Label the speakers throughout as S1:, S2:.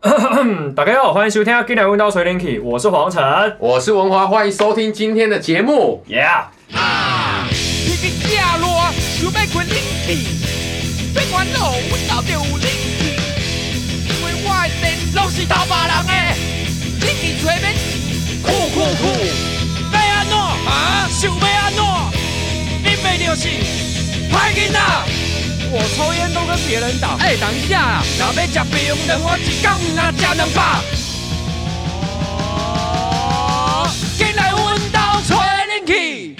S1: 嗯大家好，欢迎收听《今天问到水灵 k 我是黄晨。
S2: 我是文华，欢迎收听今天的节目。
S1: Yeah，
S3: 一个赤裸，想要滚冷气，别烦恼，阮家就有冷气，因为我的电拢是偷别人的，冷气吹免钱，酷酷酷，要安怎啊？想要安怎？你袂就是歹囡仔。我抽烟都跟别人打。哎、等一下啦，若要食冰糖，我一工若食两百。哦，进来阮家吹冷气。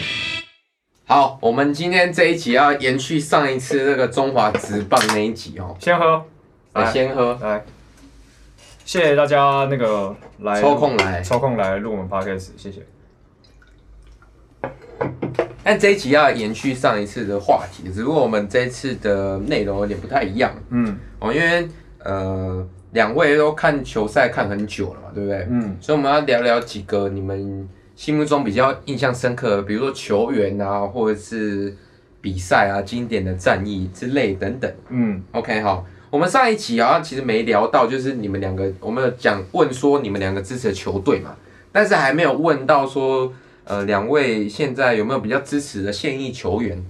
S2: 好，我们今天这一集要延续上一次那个中华职棒那一集哦。
S1: 先喝，
S2: 来
S1: 来
S2: 先喝，
S1: 来，谢谢大家那个来
S2: 抽空来
S1: 抽空来录我们 podcast，谢谢。
S2: 但这一集要延续上一次的话题，只不过我们这一次的内容有点不太一样
S1: 嗯
S2: 哦，因为呃两位都看球赛看很久了嘛，对不对？
S1: 嗯，
S2: 所以我们要聊聊几个你们心目中比较印象深刻的，比如说球员啊，或者是比赛啊、经典的战役之类等等。
S1: 嗯
S2: OK，好，我们上一集啊，其实没聊到，就是你们两个，我们有讲问说你们两个支持的球队嘛，但是还没有问到说，呃，两位现在有没有比较支持的现役球员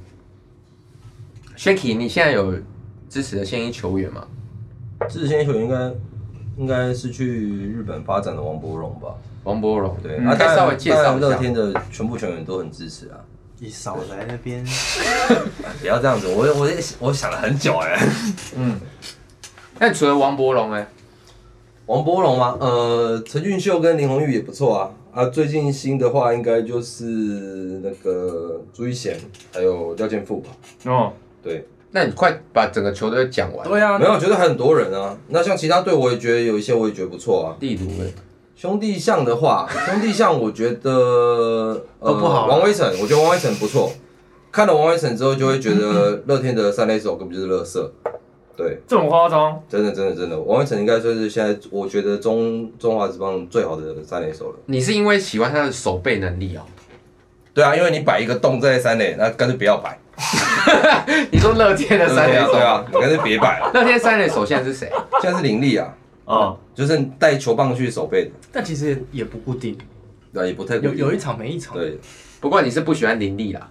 S2: ？Shaky，你现在有支持的现役球员吗？
S4: 之前球员应该应该是去日本发展的王柏荣吧？
S2: 王柏荣，
S4: 对，啊
S2: 你可以嗯稍微介绍一
S4: 乐
S2: 下。
S4: 天的全部球员都很支持啊！
S5: 你少来那边，
S4: 不要这样子，我我我想了很久哎、
S1: 嗯，
S2: 但除了王柏荣，哎，
S4: 王柏荣吗？呃，陈俊秀跟林鸿玉也不错啊。啊，最近新的话应该就是那个朱一贤，还有廖健富吧？
S1: 哦，
S4: 对，
S2: 那你快把整个球队讲完。
S5: 对啊
S4: 没，有，我觉得很多人啊。那像其他队，我也觉得有一些我也觉得不错啊。
S2: 例如，哎
S4: 兄弟象的 话，兄弟象我觉得、呃、
S5: 都不好啊
S4: 王威成，我觉得王威成不错。看了王威成之后，就会觉得 乐天的三垒手根本就是垃圾。对，
S1: 这么夸张？
S4: 真的真的真的，王威成应该算是现在我觉得中中华职棒最好的三垒手了。
S2: 你是因为喜欢他的守备能力哦？
S4: 对啊，因为你摆一个洞在三垒，那干脆不要摆。
S2: 你说乐天的三
S4: 对
S2: 垒
S4: 啊，
S2: 手
S4: 对，啊，你干脆别摆了。
S2: 乐天三垒手现在是谁？
S4: 现在是林立啊，
S2: 哦
S1: 啊，
S4: 就是带球棒去守备的，
S5: 但其实也不固定，
S4: 对啊，也不太
S5: 有有一场没一场。
S4: 对。
S2: 不过你是不喜欢林立啦。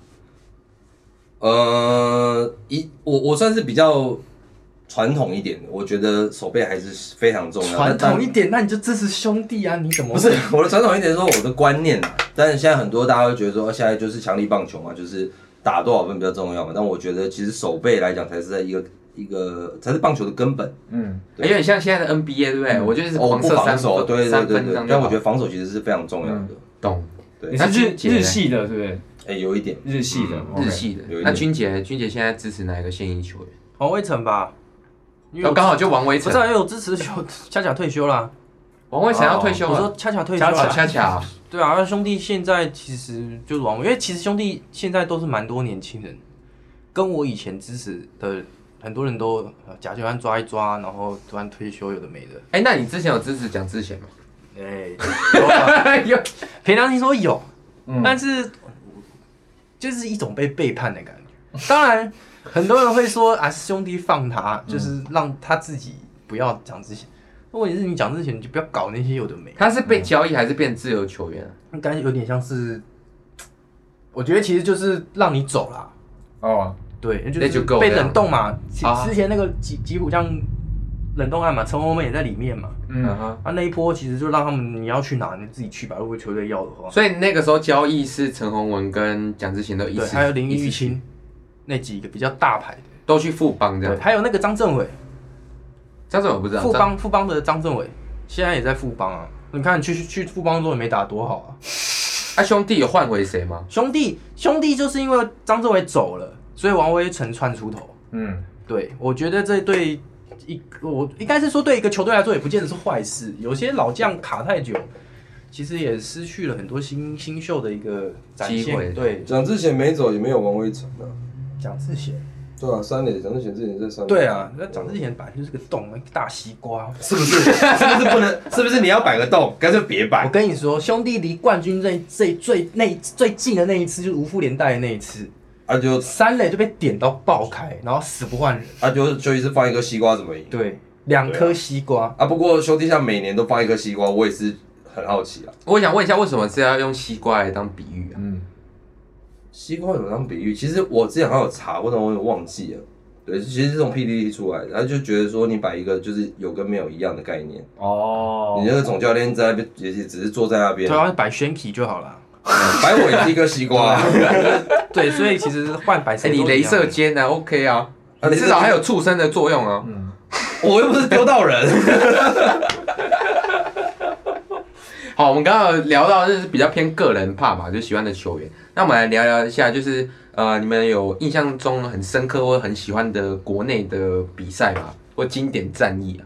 S4: 呃，一我我算是比较传统一点的，我觉得手背还是非常重要。
S5: 传
S4: 但
S5: 统一点，那你就支持兄弟啊！你怎么
S4: 不是 我的传统一点，是说我的观念啦。但是现在很多大家会觉得说，呃现在就是强力棒球嘛，就是打多少分比较重要嘛。但我觉得其实手背来讲，才是在一个一个才是棒球的根本。
S1: 嗯
S2: 有点像现在的 NBA，对不对？我就是
S4: 哦我
S2: 狂
S4: 不
S2: 射
S4: 防
S2: 三
S4: 守，
S2: 分，
S4: 对对
S2: 三
S4: 对
S2: 分这
S4: 对
S2: 样。就
S4: 但我
S2: 好嗯
S4: 觉得防守其实是非常重要的。
S2: 懂。
S1: 你
S4: 对，
S1: 是
S2: 那
S1: 日
S2: 俊杰嘞
S1: 日系的，对不对？
S4: 哎，有一点
S1: 日系的，OK
S2: 日。系的
S4: 有。一
S2: 那
S4: 点
S2: 君杰，君杰现在支持哪一个现役球员？
S5: 黄威成吧？因为
S2: 然后
S5: 我
S2: 刚好就王威
S5: 不
S2: 成
S5: 知，道，因为我支持球恰恰退休啦。
S2: 王威成要退休
S5: 我说
S2: 了。
S5: 恰恰退休
S1: 恰
S2: 哦
S5: 啦。
S2: 恰恰哦，
S5: 对啊，那兄弟现在其实就是王威，因为其实兄弟现在都是蛮多年轻人，跟我以前支持的很多人都呃假球安抓一抓，然后突然退休，有的没的。
S2: 哎，那你之前有支持蒋志贤吗？
S5: 哎、有啊
S2: 有
S5: 平常听说有，
S1: 嗯
S5: 但是就是一种被背叛的感觉。当然，很多人会说啊，是兄弟放他，就是让他自己不要讲之前。问题是你讲之前，你就不要搞那些有的没，
S2: 他是被交易还是变自由球员啊？
S5: 应该有点像是，我觉得其实就是让你走啦，
S1: 哦，
S5: 对，就
S2: Let
S5: 是
S2: you go
S5: 被
S2: 这样
S5: 冷冻嘛。其
S2: 啊
S5: 之前那个吉吉普像冷冻案嘛，陈红妹也在里面嘛，
S2: 嗯
S1: 嗯，
S2: 哼。
S5: 啊那一波其实就让他们你要去哪你自己去吧，如果球队要的话，
S2: 所以那个时候交易是陈宏文跟蒋志贤都一
S5: 对，
S2: 起，
S5: 还有林
S2: 一起
S5: 玉清那几个比较大牌的，
S2: 都去富邦这
S5: 对，
S2: 样。
S5: 还有那个张政委。
S2: 这样子我不知道。
S5: 富
S2: 这样
S5: 邦富邦的张政伟现在也在富邦啊。你看去去去富邦之后也没打多好啊。
S2: 啊，兄弟有换回谁吗？
S5: 兄弟兄弟就是因为张政伟走了，所以王威成窜出头。
S1: 嗯
S5: 对，我觉得这对一我应该是说对一个球队来说也不见得是坏事。有些老将卡太久，其实也失去了很多新新秀的一个展
S2: 机会
S5: 现。对，
S4: 蒋志贤没走，也没有王威成啊。
S5: 蒋志贤，
S4: 对啊，三垒蒋志贤之前在三垒。
S5: 对啊，那蒋志贤本来就是个洞，那个大西瓜。
S4: 是不是？是不是不能？是不是你要摆个洞，干脆别
S5: 我
S4: 摆？
S5: 跟你说，兄弟离冠军最最最那最近的那一次，就是无负连带的那一次。
S4: 啊就
S5: 三垒就被点到爆开，然后死不换人。
S4: 啊就就一直放一个西瓜怎么赢？
S5: 对，两颗西瓜，
S4: 啊，不过兄弟像每年都放一颗西瓜，我也是很好奇啊。
S2: 我想问一下，为什么是要用西瓜来当比喻啊？
S1: 嗯，
S4: 西瓜有当比喻，其实我之前好像有查过，但我有点忘记了。对，其实是从 PDD 出来的，他就觉得说你把一个就是有跟没有一样的概念，
S1: 哦
S4: 你那个总教练在那边也也只是坐在那边
S5: 对，啊，摆 Shanky 就好了。
S4: 摆我也是一颗西 瓜啊，
S5: 对，所以其实换白色
S2: 哎，
S5: 都一
S2: 你
S5: 样，
S2: 镭射尖啊，OK 啊，
S4: 啊
S2: 你至少还有畜生的作用啊。
S4: 我又不是丢到人。
S2: 好，我们刚刚有聊到就是比较偏个人怕嘛，就喜欢的球员。那我们来聊聊一下，就是呃，你们有印象中很深刻或很喜欢的国内的比赛吗？或经典战役啊？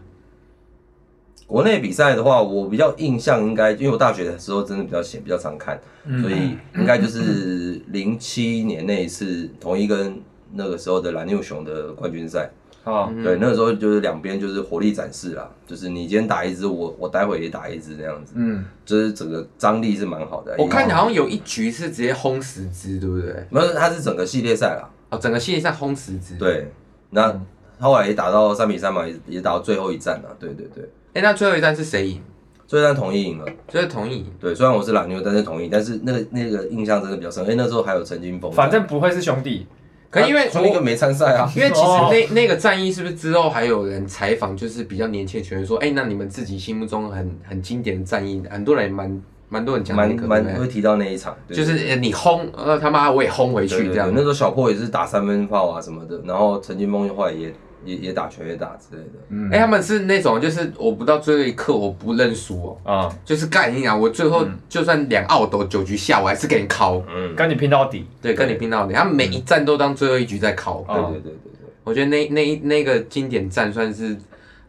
S4: 国内比赛的话，我比较印象应该，因为我大学的时候真的比较闲，比较常看，
S2: 嗯
S4: 所以应该就是零七年那一次，同一跟那个时候的蓝牛熊的冠军赛。
S1: 好，
S2: 嗯
S4: 对，那个时候就是两边就是火力展示啦，就是你今天打一支，我我待会也打一支这样子，
S1: 嗯，
S4: 就是整个张力是蛮好的。
S2: 我看
S4: 也
S2: 好像有一局是直接轰十只，对不对？
S4: 没有，它是整个系列赛啦。
S2: 哦，整个系列赛轰十只。，
S4: 对，那
S2: 嗯
S4: 后来也打到三比三嘛，也也打到最后一战了。对对对，
S2: 哎，那最后一战是谁赢？
S4: 最后一战统一赢了。
S2: 就是同意。
S4: 对，虽然我是蓝牛，但是同意，但是那个那个印象真的比较深，因为那时候还有陈金峰。
S1: 反正不会是兄弟，
S2: 可因为
S4: 从一个
S2: 我。
S4: 没参赛啊，
S2: 因为其实那那个战役是不是之后还有人采访，就是比较年轻的球员说，哎、那你们自己心目中很很经典的战役，很多人也蛮蛮多人讲
S4: 蛮
S2: 那个，
S4: 蛮
S2: 对不对
S4: 会提到那一场，对
S2: 就是呃你轰，呃他妈我也轰回
S4: 对对
S2: 去
S4: 对
S2: 这样
S4: 那。时候小破也是打三分炮啊什么的，然后陈金峰后来也也也打全垒打之类的。
S1: 嗯，
S2: 哎、他们是那种就是我不到最后一刻我不认输哦，
S1: 啊，
S2: 就是干你讲，我最后就算两奥斗九局下，我还是给你敲，
S4: 嗯，
S1: 跟你拼到底，
S2: 对，跟你拼到底。他们每一战都当最后一局在敲，
S1: 哦
S4: 对对对对对。
S2: 我觉得那那一那个经典战算是，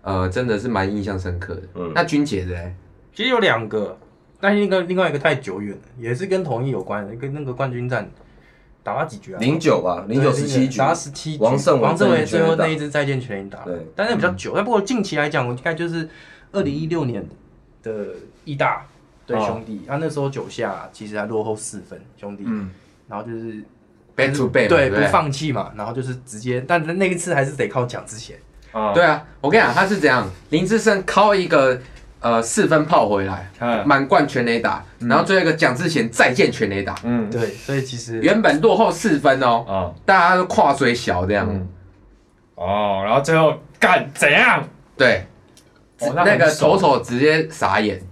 S2: 呃，真的是蛮印象深刻的。
S4: 嗯
S2: 那君姐的哎嘞，
S5: 其实有两个，但是那个另外一个太久远了，也是跟统一有关的，跟那个冠军战打了几局啊？
S4: 零九吧，零
S5: 对
S4: 九十七局，
S5: 打十七局，
S4: 王胜
S5: 王胜
S4: 伟
S5: 伟最后
S4: 全垒打
S5: 那一支再见全垒打，
S4: 对
S5: 但是比较久。但不过近期来讲，我应该就是二零一六年的义大对
S4: 嗯
S1: 哦
S5: 兄弟，他那时候九下其实还落后四分，兄弟，
S1: 嗯，
S5: 然后就是。
S2: back to back，嘛
S5: 对，
S2: 不
S5: 不放弃嘛，然后就是直接，但那一次还是得靠蒋之贤，
S1: 啊，
S2: 对啊，我跟你讲，他是怎样，林志胜敲一个呃四分炮回来，
S1: 嗯
S2: 满贯全垒打，然后最后一个蒋志贤再见全垒打，
S1: 嗯，
S5: 对，所以其实
S2: 原本落后四分哦，
S1: 啊，
S2: 大家都跨水小这样，
S1: 嗯，哦，然后最后干怎样？
S2: 对，
S1: 哦
S2: 那个
S1: 很爽
S2: 投手直接傻眼，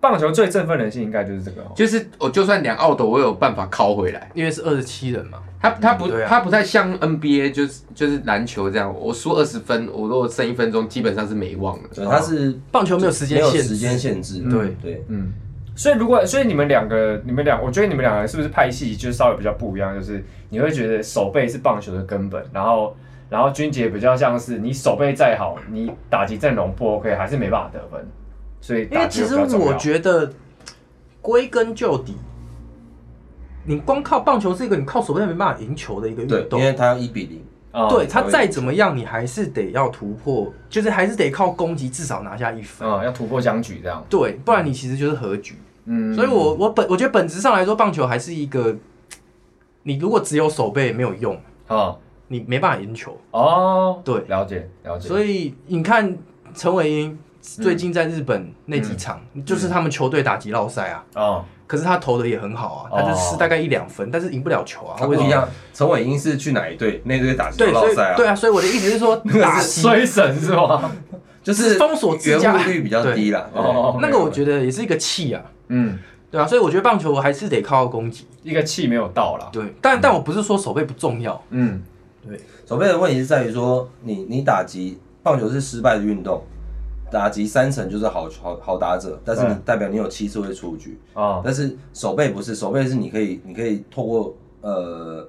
S1: 棒球最振奋人心应该就是这个哦，
S2: 就是我就算两奥斗，我有办法敲回来。
S5: 因为是二十七人嘛，
S2: 他他不、
S5: 对啊
S2: 他不太像 NBA，就是就是篮球这样，我输二十分，我如果剩一分钟，基本上是没望的。
S4: 对，他是
S5: 棒球没有时
S4: 没
S5: 间
S4: 有
S5: 限
S4: 时
S5: 制，
S4: 间限制，
S5: 对
S4: 对，
S1: 嗯，所以如果所以你们两个，你们两，我觉得你们两个是不是派系就是稍微比较不一样？就是你会觉得手背是棒球的根本，然后然后军杰比较像是你手背再好，你打击阵容不 OK 还是没办法得分，所以
S5: 因
S1: 打
S5: 为
S1: 击
S5: 其
S1: 就比
S5: 实
S1: 较重要
S5: 我觉得，归根究底，你光靠棒球是一个你靠手背没办法赢球的一个
S4: 对
S5: 运，
S4: 因
S5: 动。
S4: 为他要一比零，
S1: 啊
S5: 对
S4: 才
S5: 他
S4: 会
S5: 再怎么样，你还是得要突破，就是还是得靠攻击至少拿下一分。
S1: 啊要突破僵局这样，
S5: 对，不然你其实就是和局。
S1: 嗯，
S5: 所以我我本我觉得本质上来说，棒球还是一个，你如果只有手背没有用，
S1: 啊
S5: 你没办法赢球。
S1: 哦，
S5: 对，
S1: 了解了解，
S5: 所以你看陈伟英最近在日本那几场，就是他们球队打击绕赛啊。
S1: 啊
S5: 可是他投的也很好啊，他就失大概一两分，但是赢不了球啊。
S4: 他不
S5: 为什
S4: 一
S5: 么？
S4: 样。陈伟英是去哪一队？那队打球
S5: 对，
S4: 老
S5: 所以
S4: 赛啊，
S5: 对啊，所以我的意思是说，打击
S1: 衰神啊是吗？
S4: 就是
S5: 封锁之
S4: 圆
S5: 家
S4: 弧率比较低啦。
S1: 对
S4: 对
S1: 哦
S5: 那个我觉得也是一个气啊，
S1: 嗯，
S5: 对啊，所以我觉得棒球我还是得靠攻击。
S1: 一个气没有到啦，
S5: 对，但但我不是说手背不重要，
S1: 嗯
S4: 手背的问题是在于说，你你打击棒球是失败的运动，打击三成就是好好好打者，但是你
S1: 嗯
S4: 代表你有七次会出局，
S1: 啊
S4: 但是手背不是，手背是你可以你可以透过呃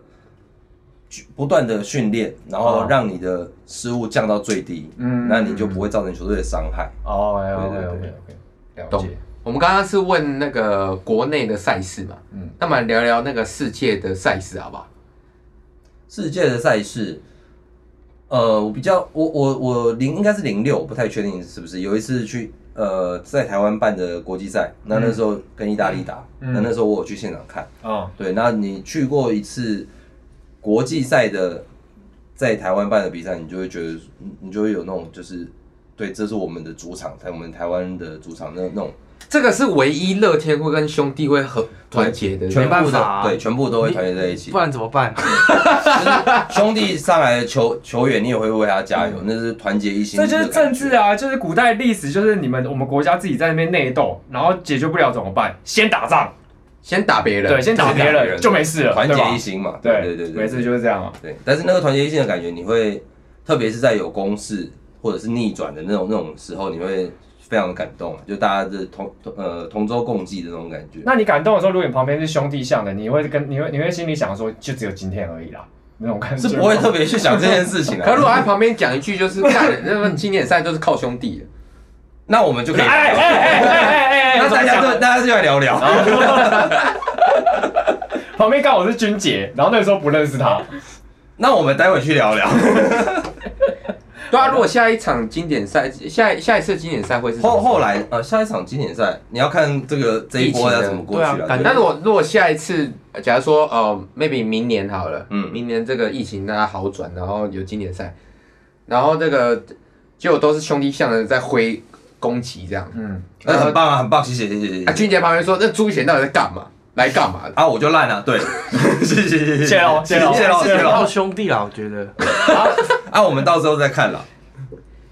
S4: 去不断的训练，然后
S1: 哦
S4: 让你的失误降到最低，
S1: 嗯
S4: 那你就不会造成球队的伤害。
S1: 哦，OK
S4: 对对
S1: OK
S4: 对
S1: OK，了
S2: 懂
S1: 解，
S2: 我们刚刚是问那个国内的赛事嘛，
S1: 嗯
S2: 嗯，那么聊聊那个世界的赛事好不好？
S4: 世界的赛事，呃，我比较我我我零应该是零六，我不太确定是不是有一次去呃在台湾办的国际赛，那
S1: 嗯
S4: 那时候跟意大利打，那那时候我有去现场看，
S1: 啊
S4: 对，那你去过一次国际赛的，在台湾办的比赛，你就会觉得，你你就会有那种就是对，这是我们的主场，在我们台湾的主场那那种
S2: 这个是唯一乐天会跟兄弟会合团结的，
S5: 全
S2: 没
S4: 全
S2: 办
S4: 部
S5: 部
S2: 法。
S5: 的
S4: 的、
S5: 啊
S4: 对，全部都会团结在一起
S5: 不。然怎么办？
S4: 兄弟上来的球球员，你也会为他加油，那是团结一心。
S1: 这嗯就是政治，啊，就是古代历史，就是你们我们国家自己在那边内斗，然后解决不了怎么办？先打仗，
S2: 先打别人，
S1: 对，先打别
S4: 打别
S1: 人
S4: 人
S1: 就没事了，
S4: 团
S1: 对吧
S4: 结一，心嘛。
S1: 对
S4: 对对对，
S1: 每次就是这样啊。
S4: 对，但是那个团结一心的感觉，你会，特别是在有公式或者是逆转的那种那种时候，你会非常感动，就大家的同呃同舟共济的那种感觉。
S1: 那你感动的时候，如果你旁边是兄弟像的，你会跟你会你会心里想说，就只有今天而已啦，那种感觉
S4: 是
S1: 吗。
S4: 不会特别去想这件事情
S2: 可如
S4: 啊。
S2: 果他在旁边讲一句就是干，那么经典赛就是靠兄弟
S4: 嗯
S2: 的，
S4: 那我们就可以，
S1: 哎哎哎哎哎哎，
S4: 那大家就大家就来聊聊。
S1: 旁边刚好是君姐，然后那个时候不认识他，
S4: 那我们待会去聊 聊，
S2: 对啊，如果下一场经典赛，下下一次经典赛会是什么
S4: 后后来呃下一场经典赛，你要看这个这一波要怎么过去
S5: 疫情的
S4: 啊。
S5: 对啊感觉
S2: 那如果如果下一次，呃假如说呃，maybe 明年好了，嗯，
S4: 嗯
S2: 明年这个疫情大家好转，然后有经典赛，然后这个结果都是兄弟象的在挥攻击这样，
S1: 嗯，
S4: 那很棒啊，很棒，谢谢谢谢谢
S2: 呃啊，
S4: 谢。
S2: 俊杰旁边说那朱一贤到底在干嘛？来干嘛的？
S4: 啊，我就烂了，对， 谢谢谢谢
S1: 谢喽谢喽
S4: 谢喽谢
S5: 是靠
S4: 喽。
S5: 兄弟啦，我觉得。
S4: 啊，我们到时候再看了。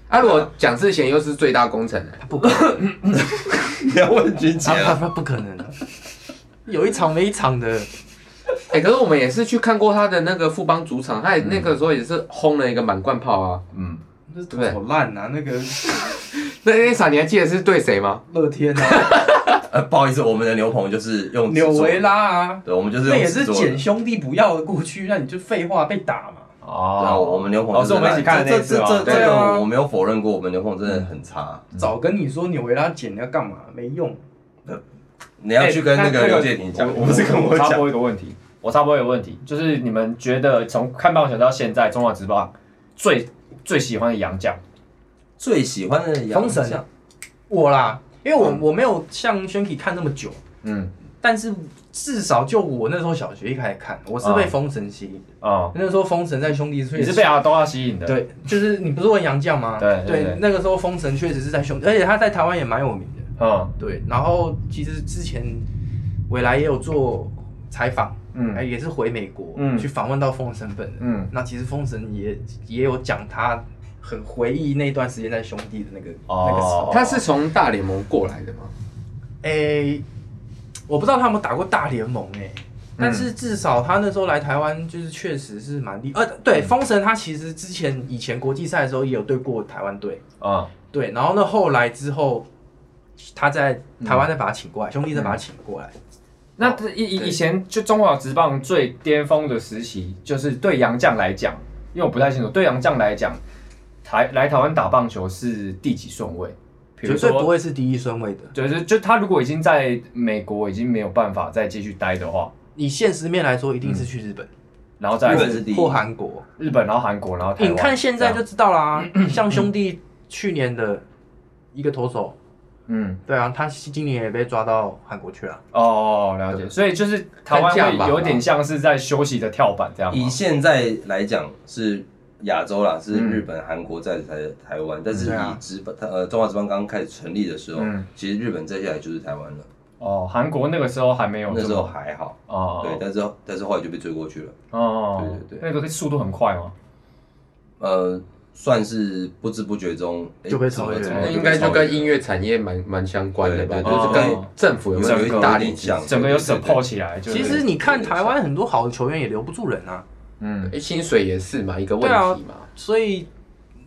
S2: 啊，如果蒋志贤又是最大功臣呢？
S5: 不可能，
S4: 你 要问君啊姐
S5: 他他
S4: 了，
S5: 他啊不可能的，有一场没一场的，
S2: 哎、可是我们也是去看过他的那个富邦主场，他也那个时候也是轰了一个满贯炮啊。
S1: 嗯，
S5: 那是多烂啊！那个
S2: 那那一场你还记得是对谁吗？
S5: 乐天啊，
S4: 呃，不好意思，我们的牛棚就是用
S5: 纽维
S4: 拉，
S5: 拉啊，
S4: 对，我们就是
S5: 那
S4: 用
S5: 也
S4: 制
S5: 是
S4: 作的
S5: 捡兄弟不要的过去，那你就废话被打嘛。
S4: 对啊，
S1: 哦
S4: 我们牛棚
S1: 哦，
S4: 就是
S1: 我们一起看的那
S4: 这
S1: 一次
S4: 这
S1: 哦
S4: 这
S2: 对
S4: 这个
S5: 啊
S4: 我没有否认过，我们牛棚真的很差。
S5: 早跟你说纽维拉捡要干嘛，没用。
S4: 你
S1: 哎
S4: 要去跟哎那个刘介廷讲，不是跟我
S1: 插
S4: 讲。
S1: 播一个问题，我插播一个问题，就是你们觉得从看棒球到现在，中华职棒最最喜欢的洋将，
S4: 最喜欢的洋
S5: 封神啊
S4: 将
S5: 我啦，因为我、我没有像 Shanky 看那么久，
S1: 嗯
S5: 但是至少就我那时候小学一开始看，我是被
S1: 啊
S5: 封神吸引的。
S1: 哦，
S5: 那时候封神在兄弟，所
S1: 你
S5: 以
S1: 是被阿东亚吸引的，
S5: 对，就是你不是问杨绛吗？
S1: 对对对
S5: 那个时候封神确实是在兄弟，而且他在台湾也蛮有名的。
S1: 嗯
S5: 对，然后其实之前未来也有做采访，
S1: 嗯
S5: 哎，也是回美国、
S1: 嗯
S5: 去访问到封神本人。
S1: 嗯，
S5: 那其实封神也也有讲他很回忆那段时间在兄弟的那个、
S1: 哦
S5: 那个时候。
S2: 他是从大联盟过来的吗？
S5: 哎，我不知道他有没有打过大联盟哎、
S1: 嗯
S5: 但是至少他那时候来台湾，就是确实是蛮厉，呃，对，
S1: 嗯
S5: 封神他其实之前以前国际赛的时候也有对过台湾队，
S1: 啊
S5: 对，然后呢，后来之后，他在
S1: 嗯
S5: 台湾再把他请过来，兄弟再把他请过来。
S1: 那这以以
S5: 对
S1: 以前就中华职棒最巅峰的时期，就是对洋将来讲，因为我不太清楚，对洋将来讲，台来台湾打棒球是第几顺位？比
S5: 绝
S1: 如
S5: 对不
S1: 说，
S5: 会是第一顺位的。
S1: 就是就他如果已经在美国已经没有办法再继续待的话，
S5: 以现实面来说，一定是去日本、
S1: 然后再
S4: 日
S1: 来
S4: 本
S1: 嗯是
S4: 是第一
S5: 或韩国。
S1: 日本，然后韩国，然后台湾。
S5: 你看现在
S1: 这
S5: 就
S1: 样嗯
S5: 知道啦， 像兄弟去年的一个投手，
S1: 嗯
S5: 对啊，他今年也被抓到韩国去了。
S1: 哦了解，所以就是台湾
S2: 看价吧
S1: 会有点像是在休息的跳板这样
S4: 以
S1: 吗。
S4: 现在来讲是亚洲啦，是
S1: 嗯
S4: 日本、韩国在台台湾，但是
S5: 对啊
S4: 以职棒呃中华职棒刚开始成立的时候
S1: 嗯，
S4: 其实日本再下来就是台湾了，
S1: 哦，韩国那个时候还没有这么
S4: 那时候还好，
S1: 哦，
S4: 对，但是但是后来就被追过去了，
S1: 哦，
S4: 对对
S1: 那个速度很快吗？
S4: 呃，算是不知不觉中诶
S5: 就被
S4: 怎
S5: 超
S4: 么
S5: 越了
S4: 怎么
S5: 那
S2: 那
S4: 被
S2: 哦应该就
S4: 哎超越了
S2: 跟音乐产业蛮蛮相关的吧，
S4: 对
S1: 对哦
S2: 就是
S1: 对
S2: 跟政府有没有
S4: 有
S2: 一
S4: 一
S2: 个
S4: 个
S2: 大
S4: 有
S2: 力
S4: 点像
S2: 支
S1: 整个有
S4: 对对
S1: support 起来，就是
S5: 其实你看台湾很多好的球员也留不住人啊，
S1: 嗯
S2: 持？薪水也是嘛，一个问题嘛。
S5: 所以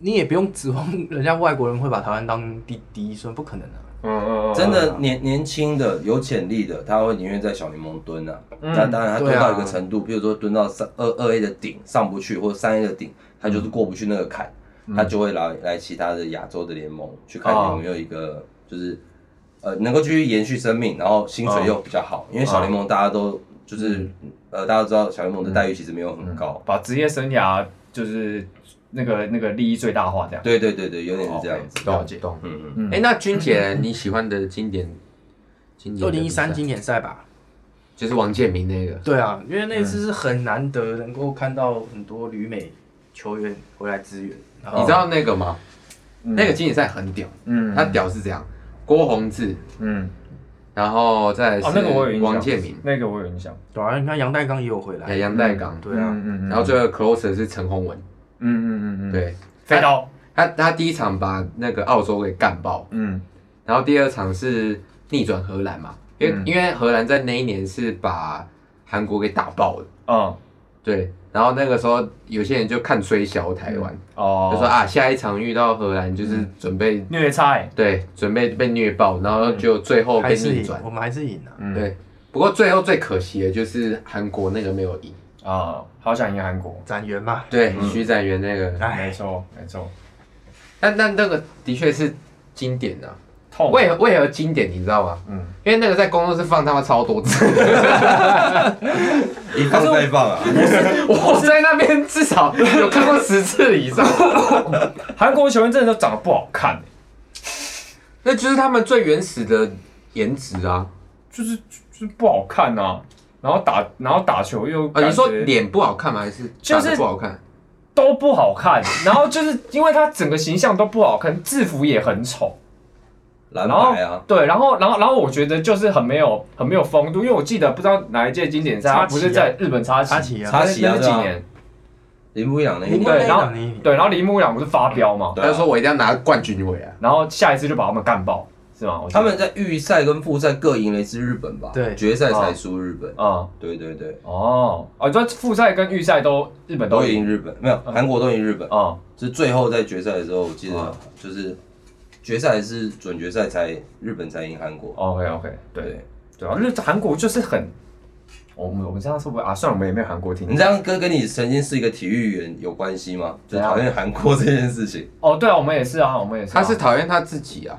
S5: 你也不用指望 人家外国人会把台湾当第第一顺，不可能啊。
S1: 嗯嗯嗯，
S4: 真的年年轻的有潜力的，他会宁愿在小联盟蹲啊。
S1: 嗯
S4: 那当然，他
S5: 对
S4: 蹲
S5: 啊
S4: 到一个程度，比如说蹲到三二二 A 的顶上不去，或者三 A 的顶，他
S5: 嗯
S4: 就是过不去那个坎，他就会来来其他的亚洲的联盟去看
S1: 哦
S4: 有没有一个就是呃能够继续延续生命，然后薪
S5: 哦
S4: 水又比较好，因为小联盟大家都就是
S5: 嗯
S4: 呃大家都知道小联盟的待遇其实没有很高。
S1: 把职业生涯就是那个那个利益最大化这样。
S4: 对对对对，有点是这样
S5: 哦
S4: 子。
S1: 了解
S2: 懂。
S4: 嗯嗯。
S1: 嗯
S2: 哎，那君姐你喜欢的经典，经典
S5: 二
S2: 的
S5: 零一三
S2: 比赛
S5: 经典赛吧，
S2: 就是王建民那个，
S5: 对啊，因为那次是很难得能够看到很多旅美球员回来支援，然后
S2: 哦你知道那个吗？那个经典赛很屌，
S1: 哦嗯
S2: 他屌是这样，郭宏志，
S1: 嗯，
S2: 然后再来
S1: 哦，那个我有
S2: 是
S1: 印象，嗯
S2: 王建民，
S1: 那个我有印象，
S5: 对啊，你看杨代刚也有回来，
S2: 哎杨代刚，
S5: 对啊，
S1: 嗯嗯嗯，
S2: 然后最后 closer 是陈宏文，
S1: 嗯嗯嗯嗯，，
S2: 对
S1: 飞刀，
S2: 他他第一场把那个澳洲给干爆，
S1: 嗯
S2: 然后第二场是逆转荷兰嘛，因为、
S1: 嗯
S2: 因为荷兰在那一年是把韩国给打爆了，
S1: 哦
S2: 对，然后那个时候有些人就看衰小台湾，
S1: 哦，
S2: 就说啊下一场遇到荷兰就是
S1: 嗯
S2: 准备、
S1: 虐菜，
S2: 对准备被虐爆，然后就最后
S5: 还
S2: 被
S5: 是
S2: 逆
S5: 赢
S2: 转，，
S5: 我们还是赢啊。
S1: 嗯
S2: 对，不过最后最可惜的就是韩国那个没有赢，
S1: 啊，好想赢韩国，
S5: 展元嘛，
S2: 对，
S1: 嗯
S2: 徐展元那个，
S1: 没
S5: 哎，
S1: 错没错，
S2: 但但那个的确是经典啊，
S1: 痛，
S2: 为何为何经典你知道吗？
S1: 嗯，
S2: 因为那个在工作室放他妈超多次，
S4: 一放再放啊，
S2: 我在那边至 少有看过十次以上，
S1: 韩国球员真的都长得不好看，欸
S2: 那就是他们最原始的颜值啊！
S1: 就是就是不好看呐，然后打然后打球又
S2: 啊，你说
S1: 感觉
S2: 脸不好看吗？还是
S1: 就
S2: 长
S1: 是
S2: 得不好看？
S1: 都不好看，然后就是因为他整个形象都不好看，制服也很丑，
S4: 蓝
S1: 然后
S4: 白啊，
S1: 对，然后然后然后我觉得就是很没有很没有风度，因为我记得不知道哪一届经典赛，
S5: 插
S1: 他
S5: 旗啊
S1: 不是在日本插旗，
S5: 插旗
S1: 那
S5: 啊
S4: 插旗啊
S1: 那是
S4: 对啊
S1: 几年？
S4: 林不养那
S5: 林
S4: 一
S5: 木
S1: 对，
S5: 对
S1: 然后
S5: 那一年
S1: 对，然后铃木一朗不是发飙嘛，
S4: 对
S2: 他
S4: 啊
S2: 就说我一定要拿冠军啊回来。
S1: 然后下一次就把他们干爆，是吗？我记得
S4: 他们在预赛跟复赛各赢了一次日本吧，
S5: 对
S4: 决赛才输日本，
S1: 嗯
S4: 对对对，
S1: 哦哦，就复赛跟预赛都日本
S4: 都
S1: 都
S4: 赢日本，没有韩国都赢日本，
S1: 啊，
S4: 是最后在决赛的时候，我记
S1: 啊
S4: 得就是决赛还是准决赛才日本才赢韩国，
S1: OK OK，对哦
S4: 对，
S1: 对啊，日韩国就是很，我们我们这样说不会啊，算了，我们也没有韩国听
S4: 你这样跟跟你曾经是一个体育员有关系吗？就
S1: 怎样
S4: 讨厌韩国这件事情，
S1: 哦，对啊，我们也是啊，我们也是啊，
S2: 他是讨厌他自己啊，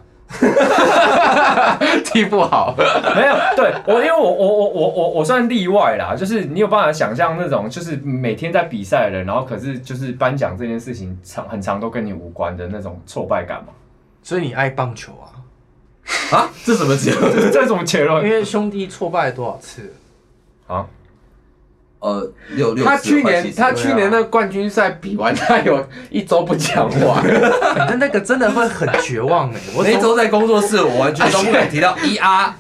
S2: 踢不好。
S1: 没有，对我，因为我我我我我我算例外啦，就是你有办法想象那种就是每天在比赛的人，然后可是就是颁奖这件事情常很长都跟你无关的那种挫败感嘛？
S5: 所以你爱棒球啊？
S4: 啊，这什么结论？
S1: 这种结
S5: 因
S1: 论
S5: 为兄弟挫败多少次了？
S1: 啊，
S4: 呃，六六
S2: 他
S4: 次
S2: 去
S4: 快七
S2: 年
S4: 次
S2: 他去年那个冠军赛比完，他有一周不讲 话，
S5: 反正那个啊真的会很绝望哎、我
S4: 那一
S5: 总
S4: 周在工作室，我完全都不敢提到 E R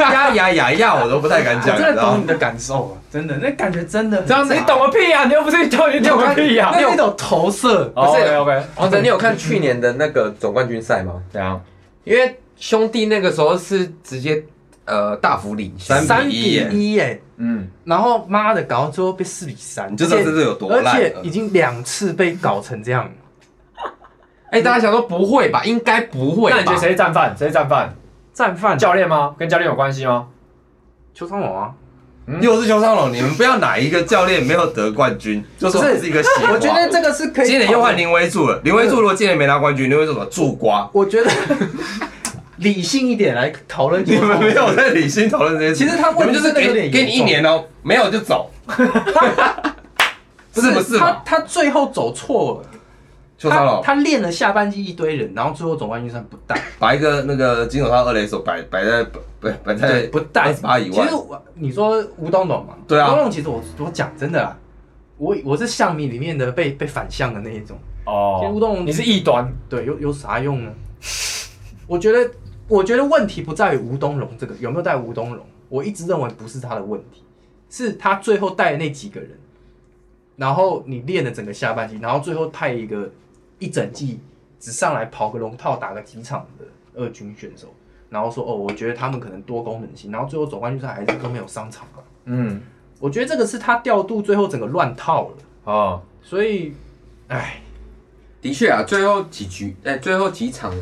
S4: 呀呀呀呀，啊我都不太敢
S5: 我
S4: 讲，你
S5: 真
S4: 知
S5: 的
S4: 道
S5: 懂
S4: 吗
S5: 你？的感受啊，真的，那感觉真的很
S2: 这样子
S1: 你懂个屁呀、啊！你又不是教练，你懂个屁呀、
S5: 那
S1: 啊！哦
S5: 那种投射，
S2: 不是
S1: OK OK，
S2: 王哲，你有看去年的那个总冠军赛吗？
S1: 怎样？
S2: 因为兄弟那个时候是直接呃大幅领先，
S4: 三
S5: 三
S4: 比
S5: 比
S4: 一耶
S5: 一哎、
S1: 嗯，
S5: 然后妈的搞到最后被四比三，
S4: 你就知道这是有多
S5: 而
S4: 烂
S5: 且
S4: 了
S5: 已经两次被搞成这样。
S2: 哎、大家想说不会吧？应该不会吧。
S1: 那你觉得谁是战犯？谁是战犯？
S5: 战犯啊
S1: 教练吗？跟教练有关系吗？
S5: 邱昌龙啊，
S4: 嗯又是邱尚龙，你们不要哪一个教练没有得冠军，就说这是一个喜啊
S5: 我觉得这个是可以。
S4: 今年又换，林威柱了，林威柱如果今年没拿冠军，林威柱怎么助 瓜？
S5: 我觉得理性一点来讨论
S4: 你
S5: 邱昌
S4: 们
S5: 龙。
S4: 没有在理性讨论这些事，
S5: 其实他
S4: 你
S5: 问
S4: 们
S5: 题
S4: 就是
S5: 真的有
S4: 给
S5: 点
S4: 给你一
S5: 严重
S4: 年哦，没有就 走，是不是
S5: 他
S4: 嘛？
S5: 他最后走错了，
S4: 邱尚
S5: 他
S4: 龙
S5: 他练了下半季一堆人，然后最后总冠军赛不带，
S4: 把一个那个金手套二垒手摆摆在摆摆在
S5: 对，不带
S4: 八以外
S5: 其实，我你说吴东东嘛，
S4: 对啊
S5: 吴东东其实我我讲真的啦，我我是象迷里面的被被反向的那一种，其实
S1: 哦
S5: 乌，冬
S1: 你是异端，
S5: 对，有有啥用呢？ 我觉得，我觉得问题不在于吴东荣这个有没有带吴东荣，我一直认为不是他的问题，是他最后带的那几个人，然后你练了整个下半季，然后最后派一个一整季只上来跑个龙套、打个几场的二军选手，然后说哦，我觉得他们可能多功能性，然后最后总冠军赛还是都没有上场啊。
S1: 嗯，
S5: 我觉得这个是他调度最后整个乱套了，
S1: 哦，
S5: 所以，哎，
S2: 的确啊，最后几局，哎、最后几场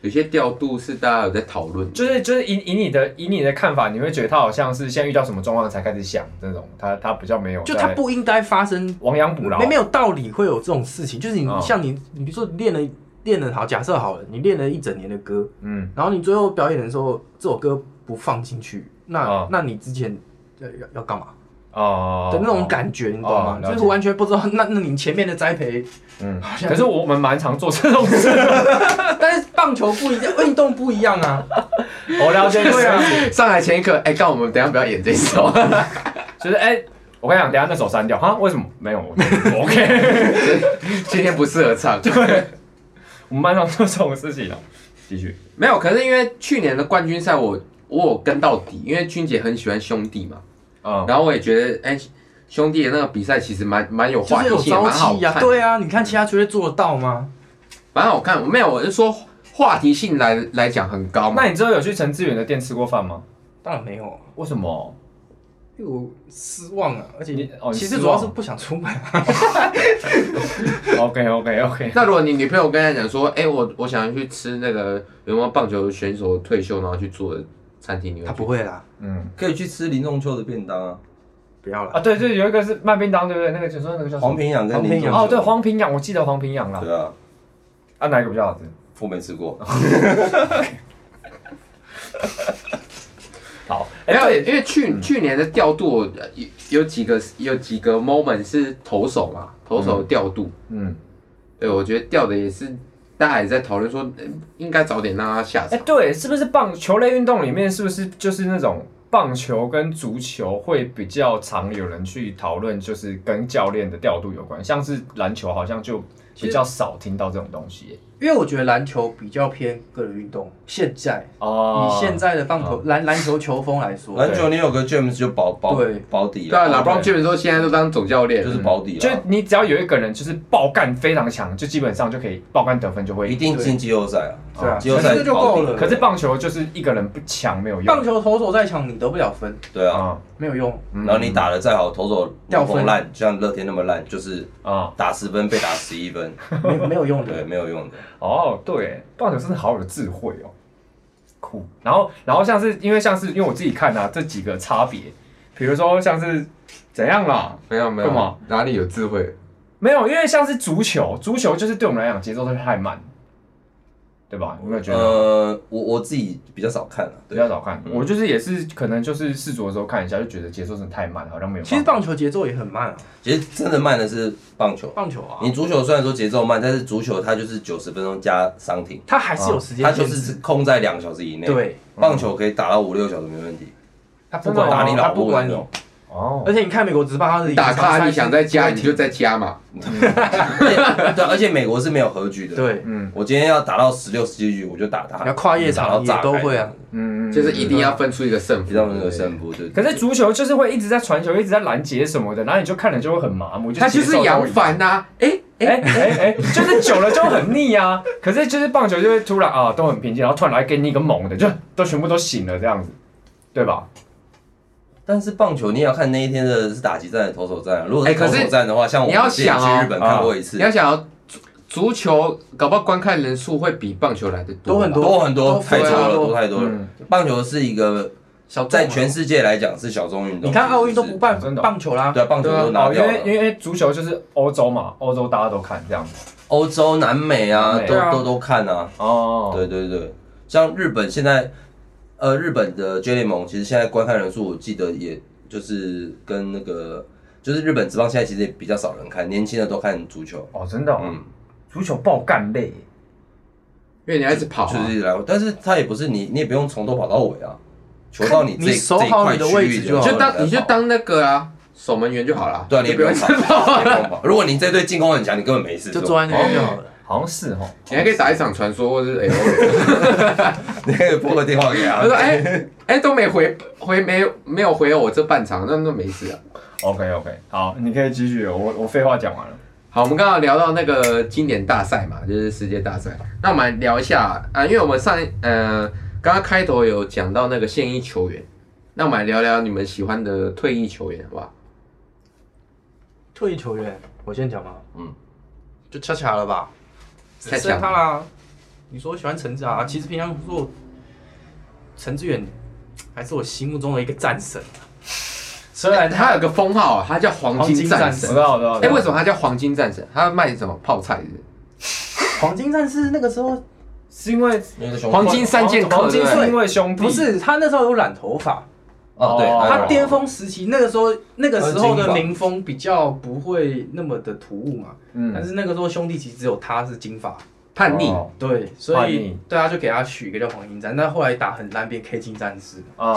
S2: 有些调度是大家有在讨论，
S1: 就是就是以以你的以你的看法，你会觉得他好像是现在遇到什么状况才开始想这种，他他比较没有在，
S5: 就他不应该发生
S1: 亡羊补牢，
S5: 没没有道理会有这种事情，就是你、
S1: 嗯
S5: 像你，你比如说练了练了好，假设好了，你练了一整年的歌，
S1: 嗯，
S5: 然后你最后表演的时候，这首歌不放进去，那、
S1: 嗯
S5: 那你之前呃要要干嘛
S1: 哦
S5: 的那种感觉，你懂
S1: 哦？
S5: 吗
S1: 了解
S5: 就是完全不知道，那那你前面的栽培，
S1: 嗯
S5: 好，像
S1: 可是我们蛮常做这种事，
S5: 但是棒球不一样，运动不一 样啊，
S1: 我哦了解，
S5: 对啊，
S2: 上来前一刻，哎、干我们等一下不要演这一首，
S1: 就是哎、我跟你讲，等一下那首删掉哈，为什么没有我我？OK，
S2: 今天不适合唱。
S1: 对，我们班上做这种事情啊。继续，
S2: 没有，可是因为去年的冠军赛我我有跟到底，因为君姐很喜欢兄弟嘛，
S1: 啊、
S2: 然后我也觉得哎、兄弟的那个比赛其实蛮蛮有
S5: 就
S2: 话
S5: 是
S2: 题
S5: 有
S2: 性，也
S5: 朝
S2: 蛮好
S5: 气呀、
S2: 看，
S5: 对，啊，你看其他球队做得到吗？
S2: 蛮好看。没有，我是说话题性来来讲很高嘛
S1: 那。你之后有去陈志远的店吃过饭吗？
S5: 当然没有，啊
S1: 为什么？
S5: 因为我失望啊，而且
S1: 你哦你
S5: 其
S1: 失
S5: 实主要
S1: 望
S5: 是不想出门、啊。
S1: OK OK OK，
S2: 那如果你女朋友跟她讲说，哎、我我想去吃那个有没有棒球选手退休然后去做的餐厅，你会
S5: 他
S2: 去
S5: 不会啦，
S1: 嗯
S4: 可以去吃林仲秋的便当啊，
S5: 不要
S1: 啊，
S5: 啦。
S1: 对对，有一个是卖便当，对不对？那个就说那个叫什么
S4: 黄平阳跟
S5: 黄
S4: 林
S5: 平
S4: 仲
S5: 阳
S4: 秋
S1: 哦，对，黄平阳，我记得黄平阳啦。
S4: 对啊，
S1: 啊，哪一个比较好吃？
S4: 我没吃过，
S5: 哦
S1: 好，
S2: 没
S1: 哎、
S2: 有，
S1: 对，
S2: 因为去、去年的调度呃有有几个有几个 moment 是投手嘛，投手的调度，
S1: 嗯，
S2: 对我觉得调的也是大家也在讨论说，呃应该早点让他下
S1: 哎、
S2: 场。
S1: 对，是不是棒球类运动里面是不是就是那种棒球跟足球会比较常有人去讨论，就是跟教练的调度有关？像是篮球好像就比较少听到这种东西耶。
S5: 因为我觉得篮球比较偏个人运动，现在、
S1: 哦
S5: 以现在的啊棒球篮篮球球风来说，
S4: 篮球你有个 James 就保保
S5: 对
S4: 保底
S2: 对啊，
S4: 了，
S2: 老布基本说现在都当总教练
S4: 哦就
S2: 了，
S4: 是保底
S1: 就
S4: 了，
S1: 你只要有一个人就是爆干非常强，就基本上就可以爆干得分就会
S4: 一定进季后赛啊，
S5: 对啊，
S4: 季后
S5: 可是
S4: 赛
S5: 这就够
S4: 保
S5: 了。
S4: 底
S1: 可是棒球就是一个人不强没有用。
S5: 棒球投手再强，你得不了分，
S4: 对啊，
S1: 啊，
S5: 没有用。
S1: 嗯
S4: 然后你打的再好，投手
S5: 掉分
S4: 锋烂，就像乐天那么烂，就是
S1: 啊，
S4: 打十分被打十一分，
S5: 没没有用
S4: 对，
S5: 的。
S4: 没有用的。
S1: 哦，对耶，棒球真的好有智慧哦，酷。然后，然后像是因为像是因为我自己看啊，这几个差别，比如说像是怎样啦，
S2: 没有没
S1: 干嘛
S2: 有，哪里有智慧？
S1: 没有，因为像是足球，足球就是对我们来讲节奏都太慢，对吧？有没有觉得
S4: 呃，我我自己比较少看了，
S1: 比
S4: 对
S1: 较，少看？
S4: 嗯
S1: 我就是也是可能就是试足的时候看一下，就觉得节奏真的太慢，好像没有办法。
S5: 其实棒球节奏也很慢啊，
S4: 其实真的慢的是棒球。
S5: 棒球啊，
S4: 你足球虽然说节奏慢，但是足球它就是九十分钟加伤停，
S5: 它还是有时间
S4: 哦它
S5: 限
S4: 就
S5: 制。
S4: 是控在两个小时以内。，
S5: 对，
S4: 棒球可以打到五六小时没问题，
S5: 他不
S1: 真的
S5: 管
S1: 哦
S4: 打你
S5: 他
S4: 老
S5: 不
S4: 婆
S5: 管
S4: 那
S5: 你。
S4: 种。
S1: 哦
S2: 呃
S5: 而，且你看美国职棒，他是
S2: 打卡你想在家你
S5: 你
S2: 就在家嘛，
S4: 对，而且美国是没有和局的。，
S5: 对，
S1: 嗯
S4: 我今天要打到十六、十七局，我就打
S5: 要
S4: 他，
S5: 跨夜
S4: 打到
S5: 场
S4: 炸
S5: 也
S4: 开
S5: 都会啊。，
S1: 嗯，嗯
S2: 就是一定要分出一个胜负，
S4: 让人有胜负。对，
S1: 可是足球就是会一直在传球，一直在拦截什么的，然后你就看了就会很麻木。
S2: 他就
S1: 节
S2: 是
S1: 奏到
S2: 扬
S1: 一半
S2: 帆呐，哎哎，
S1: 哎哎哎，就是久了就很腻啊。可是就是棒球就会突然啊都很平静，然后突然来给你一个猛的，就都全部都醒了这样子，对吧？
S4: 但是棒球你也要看那一天的是打击战、投手战啊。如果
S2: 哎
S4: 是
S2: 可
S4: 投
S2: 是
S4: 手战的话，像我
S2: 你要
S4: 之前
S2: 想哦
S4: 去日本看过一次
S2: 你，要想要足足球，搞不好观看人数会比棒球来的多吧，啊
S5: 都很
S4: 多很
S5: 都
S4: 多，太多了，
S5: 多
S4: 多太多了
S1: 嗯。
S4: 棒球是一个
S5: 小
S4: 在全世界来讲是小众运动，
S5: 你看奥运都不办
S1: 是真的
S5: 棒球啦，
S4: 对啊，棒球都
S1: 哦，
S4: 拿
S1: 因
S4: 掉
S1: 为
S4: 了，
S1: 因为足球就是欧洲嘛，欧洲大家都看这样子。
S4: 欧洲、南美啊，
S1: 对
S4: 都
S5: 啊
S4: 都都看啊。
S1: 哦，
S4: 对对对，像日本现在，呃，日本的 J 联盟其实现在观看人数，我记得也就是跟那个，就是日本职棒现在其实也比较少人看，年轻的都看足球，
S1: 哦，真的、哦，
S4: 嗯，
S1: 足球爆干累。
S2: 因为你要一直跑啊，
S4: 就是一直来回，但是他也不是你，你也不用从头跑到尾啊，球到你
S5: 你
S4: 这
S5: 守
S4: 这一
S5: 好
S4: 块
S5: 你的
S4: 区
S5: 位
S4: 域
S5: 置就好
S2: 就
S4: 在
S2: 当你就
S4: 跑
S2: 当那个啊守门员就好了，
S4: 对啊，你也
S2: 就
S4: 不
S2: 不
S4: 用
S2: 用
S4: 跑，
S2: 跑
S4: 你，也不用跑。如果你这队进攻很强，你根本没事
S5: 就
S4: 做，
S5: 坐在那边就好了。
S1: 好像是哦，
S2: 你还可以打一场传说，或者是哎，
S4: 你可以拨个电话给他
S2: 他说。哎哎都没回回没没有回我这半场，那那没事啊。
S1: OK OK，好，你可以继续，我我废话讲完了。
S2: 好，我们刚刚聊到那个经典大赛嘛，就是世界大赛。那我们来聊一下啊、因为我们上一呃刚刚开头有讲到那个现役球员，那我们来聊聊你们喜欢的退役球员，好不好？
S5: 退役球员，我先讲吗？
S4: 嗯，
S5: 就恰恰了吧，只
S2: 恰恰
S5: 剩他啦。你说我喜欢陈志啊，其实平常说陈志远还是我心目中的一个战神。虽然他
S2: 哎他有个封号、啊，他叫黄
S5: 黄
S2: 金
S5: 金
S2: 战
S5: 战
S1: 我
S5: 神
S2: 神
S1: 知。道，我知道。我知
S2: 哎、
S1: 道
S2: 为什么？他叫黄金战神？他卖什么泡菜是不是
S5: 黄金战士那个时候
S1: 是因为
S4: 因为是熊
S2: 黄金三剑客
S1: 黄
S2: 对
S1: 金
S2: 不
S1: 是
S2: 对？
S1: 因为兄弟，
S5: 不是他那时候有染头发，
S4: 哦，对，
S1: 哦
S5: 他巅峰时期那个时候那个时候
S4: 他是金
S5: 的
S4: 发
S5: 民风比较不会那么的突兀嘛。但
S1: 嗯，
S5: 是那个时候兄弟其实只有他是金发，
S2: 叛逆，
S1: 哦
S5: 对，所
S1: 叛
S5: 以
S1: 逆
S5: 对啊，就给他取一个叫黄金战，但后来打很烂变 K 金战士，
S1: 啊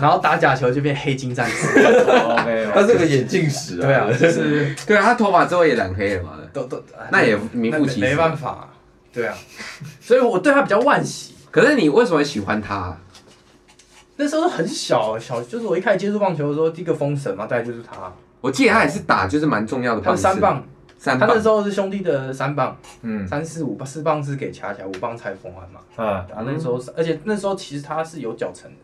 S5: 然后打假球就变黑金战士，
S1: 哦，OK，
S4: 是个眼镜史
S5: 对 啊，就是
S2: 对啊，他头发之后也染黑了嘛，
S5: 都都哎
S2: 那也名
S5: 那
S2: 副
S5: 没
S2: 其实。
S5: 没办法啊、对啊， 所以我对他比较惋惜。
S2: 可是你为什么会喜欢他啊？
S5: 那时候很小小，就是我一开始接触棒球的时候，第一个封神嘛，大概就是他，
S2: 我记得他也是打就是蛮重要的
S5: 他
S2: 棒
S5: 是
S2: 子，
S5: 三棒，
S2: 三
S5: 他
S2: 棒
S5: 那时候是兄弟的三棒，
S1: 嗯
S5: 三四五棒，四棒是给卡起来，五棒才冯安嘛。
S1: 啊，
S5: 啊，那时候是，而且那时候其实他是有脚程的，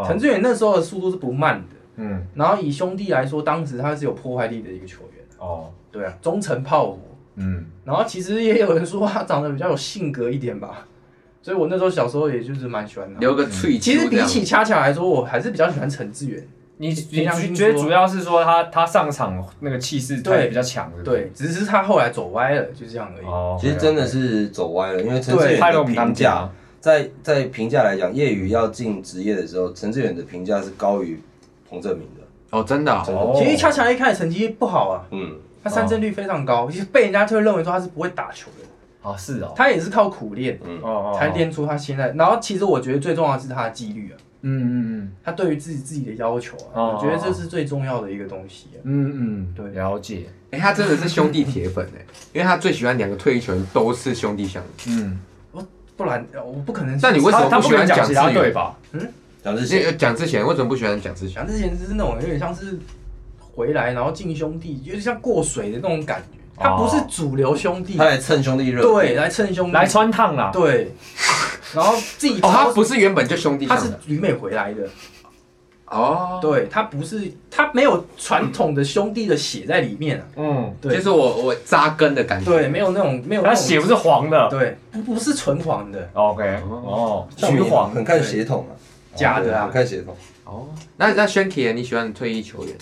S1: 哦
S5: 陈志远那时候的速度是不慢的，
S1: 嗯
S5: 然后以兄弟来说，当时他是有破坏力的一个球员，
S1: 哦
S5: 对啊，中程炮火。
S1: 嗯
S5: 然后其实也有人说他长得比较有性格一点吧， 所以我那时候小时候也就是蛮喜欢他。
S2: 留个脆
S5: 其实
S2: 球这
S5: 比
S2: 样
S5: 起恰恰来说，我还是比较喜欢陈志远。
S1: 你
S5: 平常
S1: 你
S5: 听
S1: 觉得
S5: 说
S1: 主要是说他他上场那个气势
S5: 对
S1: 比较强，
S2: 嗯
S1: 是不是
S5: 对，只是他后来走歪了，就这样而已。
S1: 哦，
S4: 其实真的是走歪了，因为陈
S5: 对
S4: 志远
S1: 拍了
S4: 的
S1: 我们当
S4: 评价
S1: 家，
S4: 在在评价来讲，业余要进职业的时候，陈志远的评价是高于彭正明的，
S2: 哦，真的哦、
S4: 真
S1: 哦
S4: 的，
S5: 其实恰恰一开始成绩不好啊，
S4: 嗯，
S5: 他三振率非常
S2: 哦
S5: 高，其实被人家就会认为说他是不会打球的。
S1: 哦是哦，
S5: 他也是靠苦练
S4: 嗯
S1: 哦哦哦
S5: 才练出他现在。然后其实我觉得最重要的是他的纪律啊，
S1: 嗯嗯
S5: 他对于自己自己的要求啊，
S1: 哦
S5: 我觉得这是最重要的一个东西
S1: 嗯
S5: 啊。
S1: 嗯嗯，
S5: 对
S1: 了解，
S2: 哎、他真的是兄弟铁粉哎、因为他最喜欢两个退役球员都是兄弟相。
S1: 嗯，
S5: 不然呃我不可能。
S2: 那你为什么
S1: 他他
S2: 不
S1: 不
S2: 喜
S1: 可
S2: 欢
S1: 能
S2: 蒋
S1: 讲
S2: 志
S1: 其他队
S2: 远？
S1: 吧？
S4: 蒋志
S2: 你
S4: 贤，
S2: 呃蒋志贤为什么不喜欢蒋志贤？
S5: 想之前就是那种有点像是回来然后进兄弟，有点像过水的那种感觉。他不是主流兄弟，
S4: 他来蹭兄弟热度，
S5: 对，来蹭兄弟，
S1: 来穿烫啦，
S5: 对，然后自己
S2: 哦，他不是原本就兄弟
S5: 他
S2: 相
S5: 是
S2: 的
S5: 旅美回来的，
S2: 哦。
S5: 对他不是他没有传统的兄弟的血在里面啊，
S1: 嗯，
S5: 对，
S2: 就是我我扎根的感觉。
S5: 对，没有那种没有那
S1: 他
S5: 种
S1: 血不是黄的
S5: 对，不不是纯黄的，
S1: ，OK，
S2: 哦
S1: 哦，
S4: 像
S1: 橘
S4: 你
S1: 黄，
S4: 很看血统啊，
S5: 假
S4: 对
S5: 的啊
S4: 很，看血统。
S2: 哦，那那轩铁你喜欢的退役球员？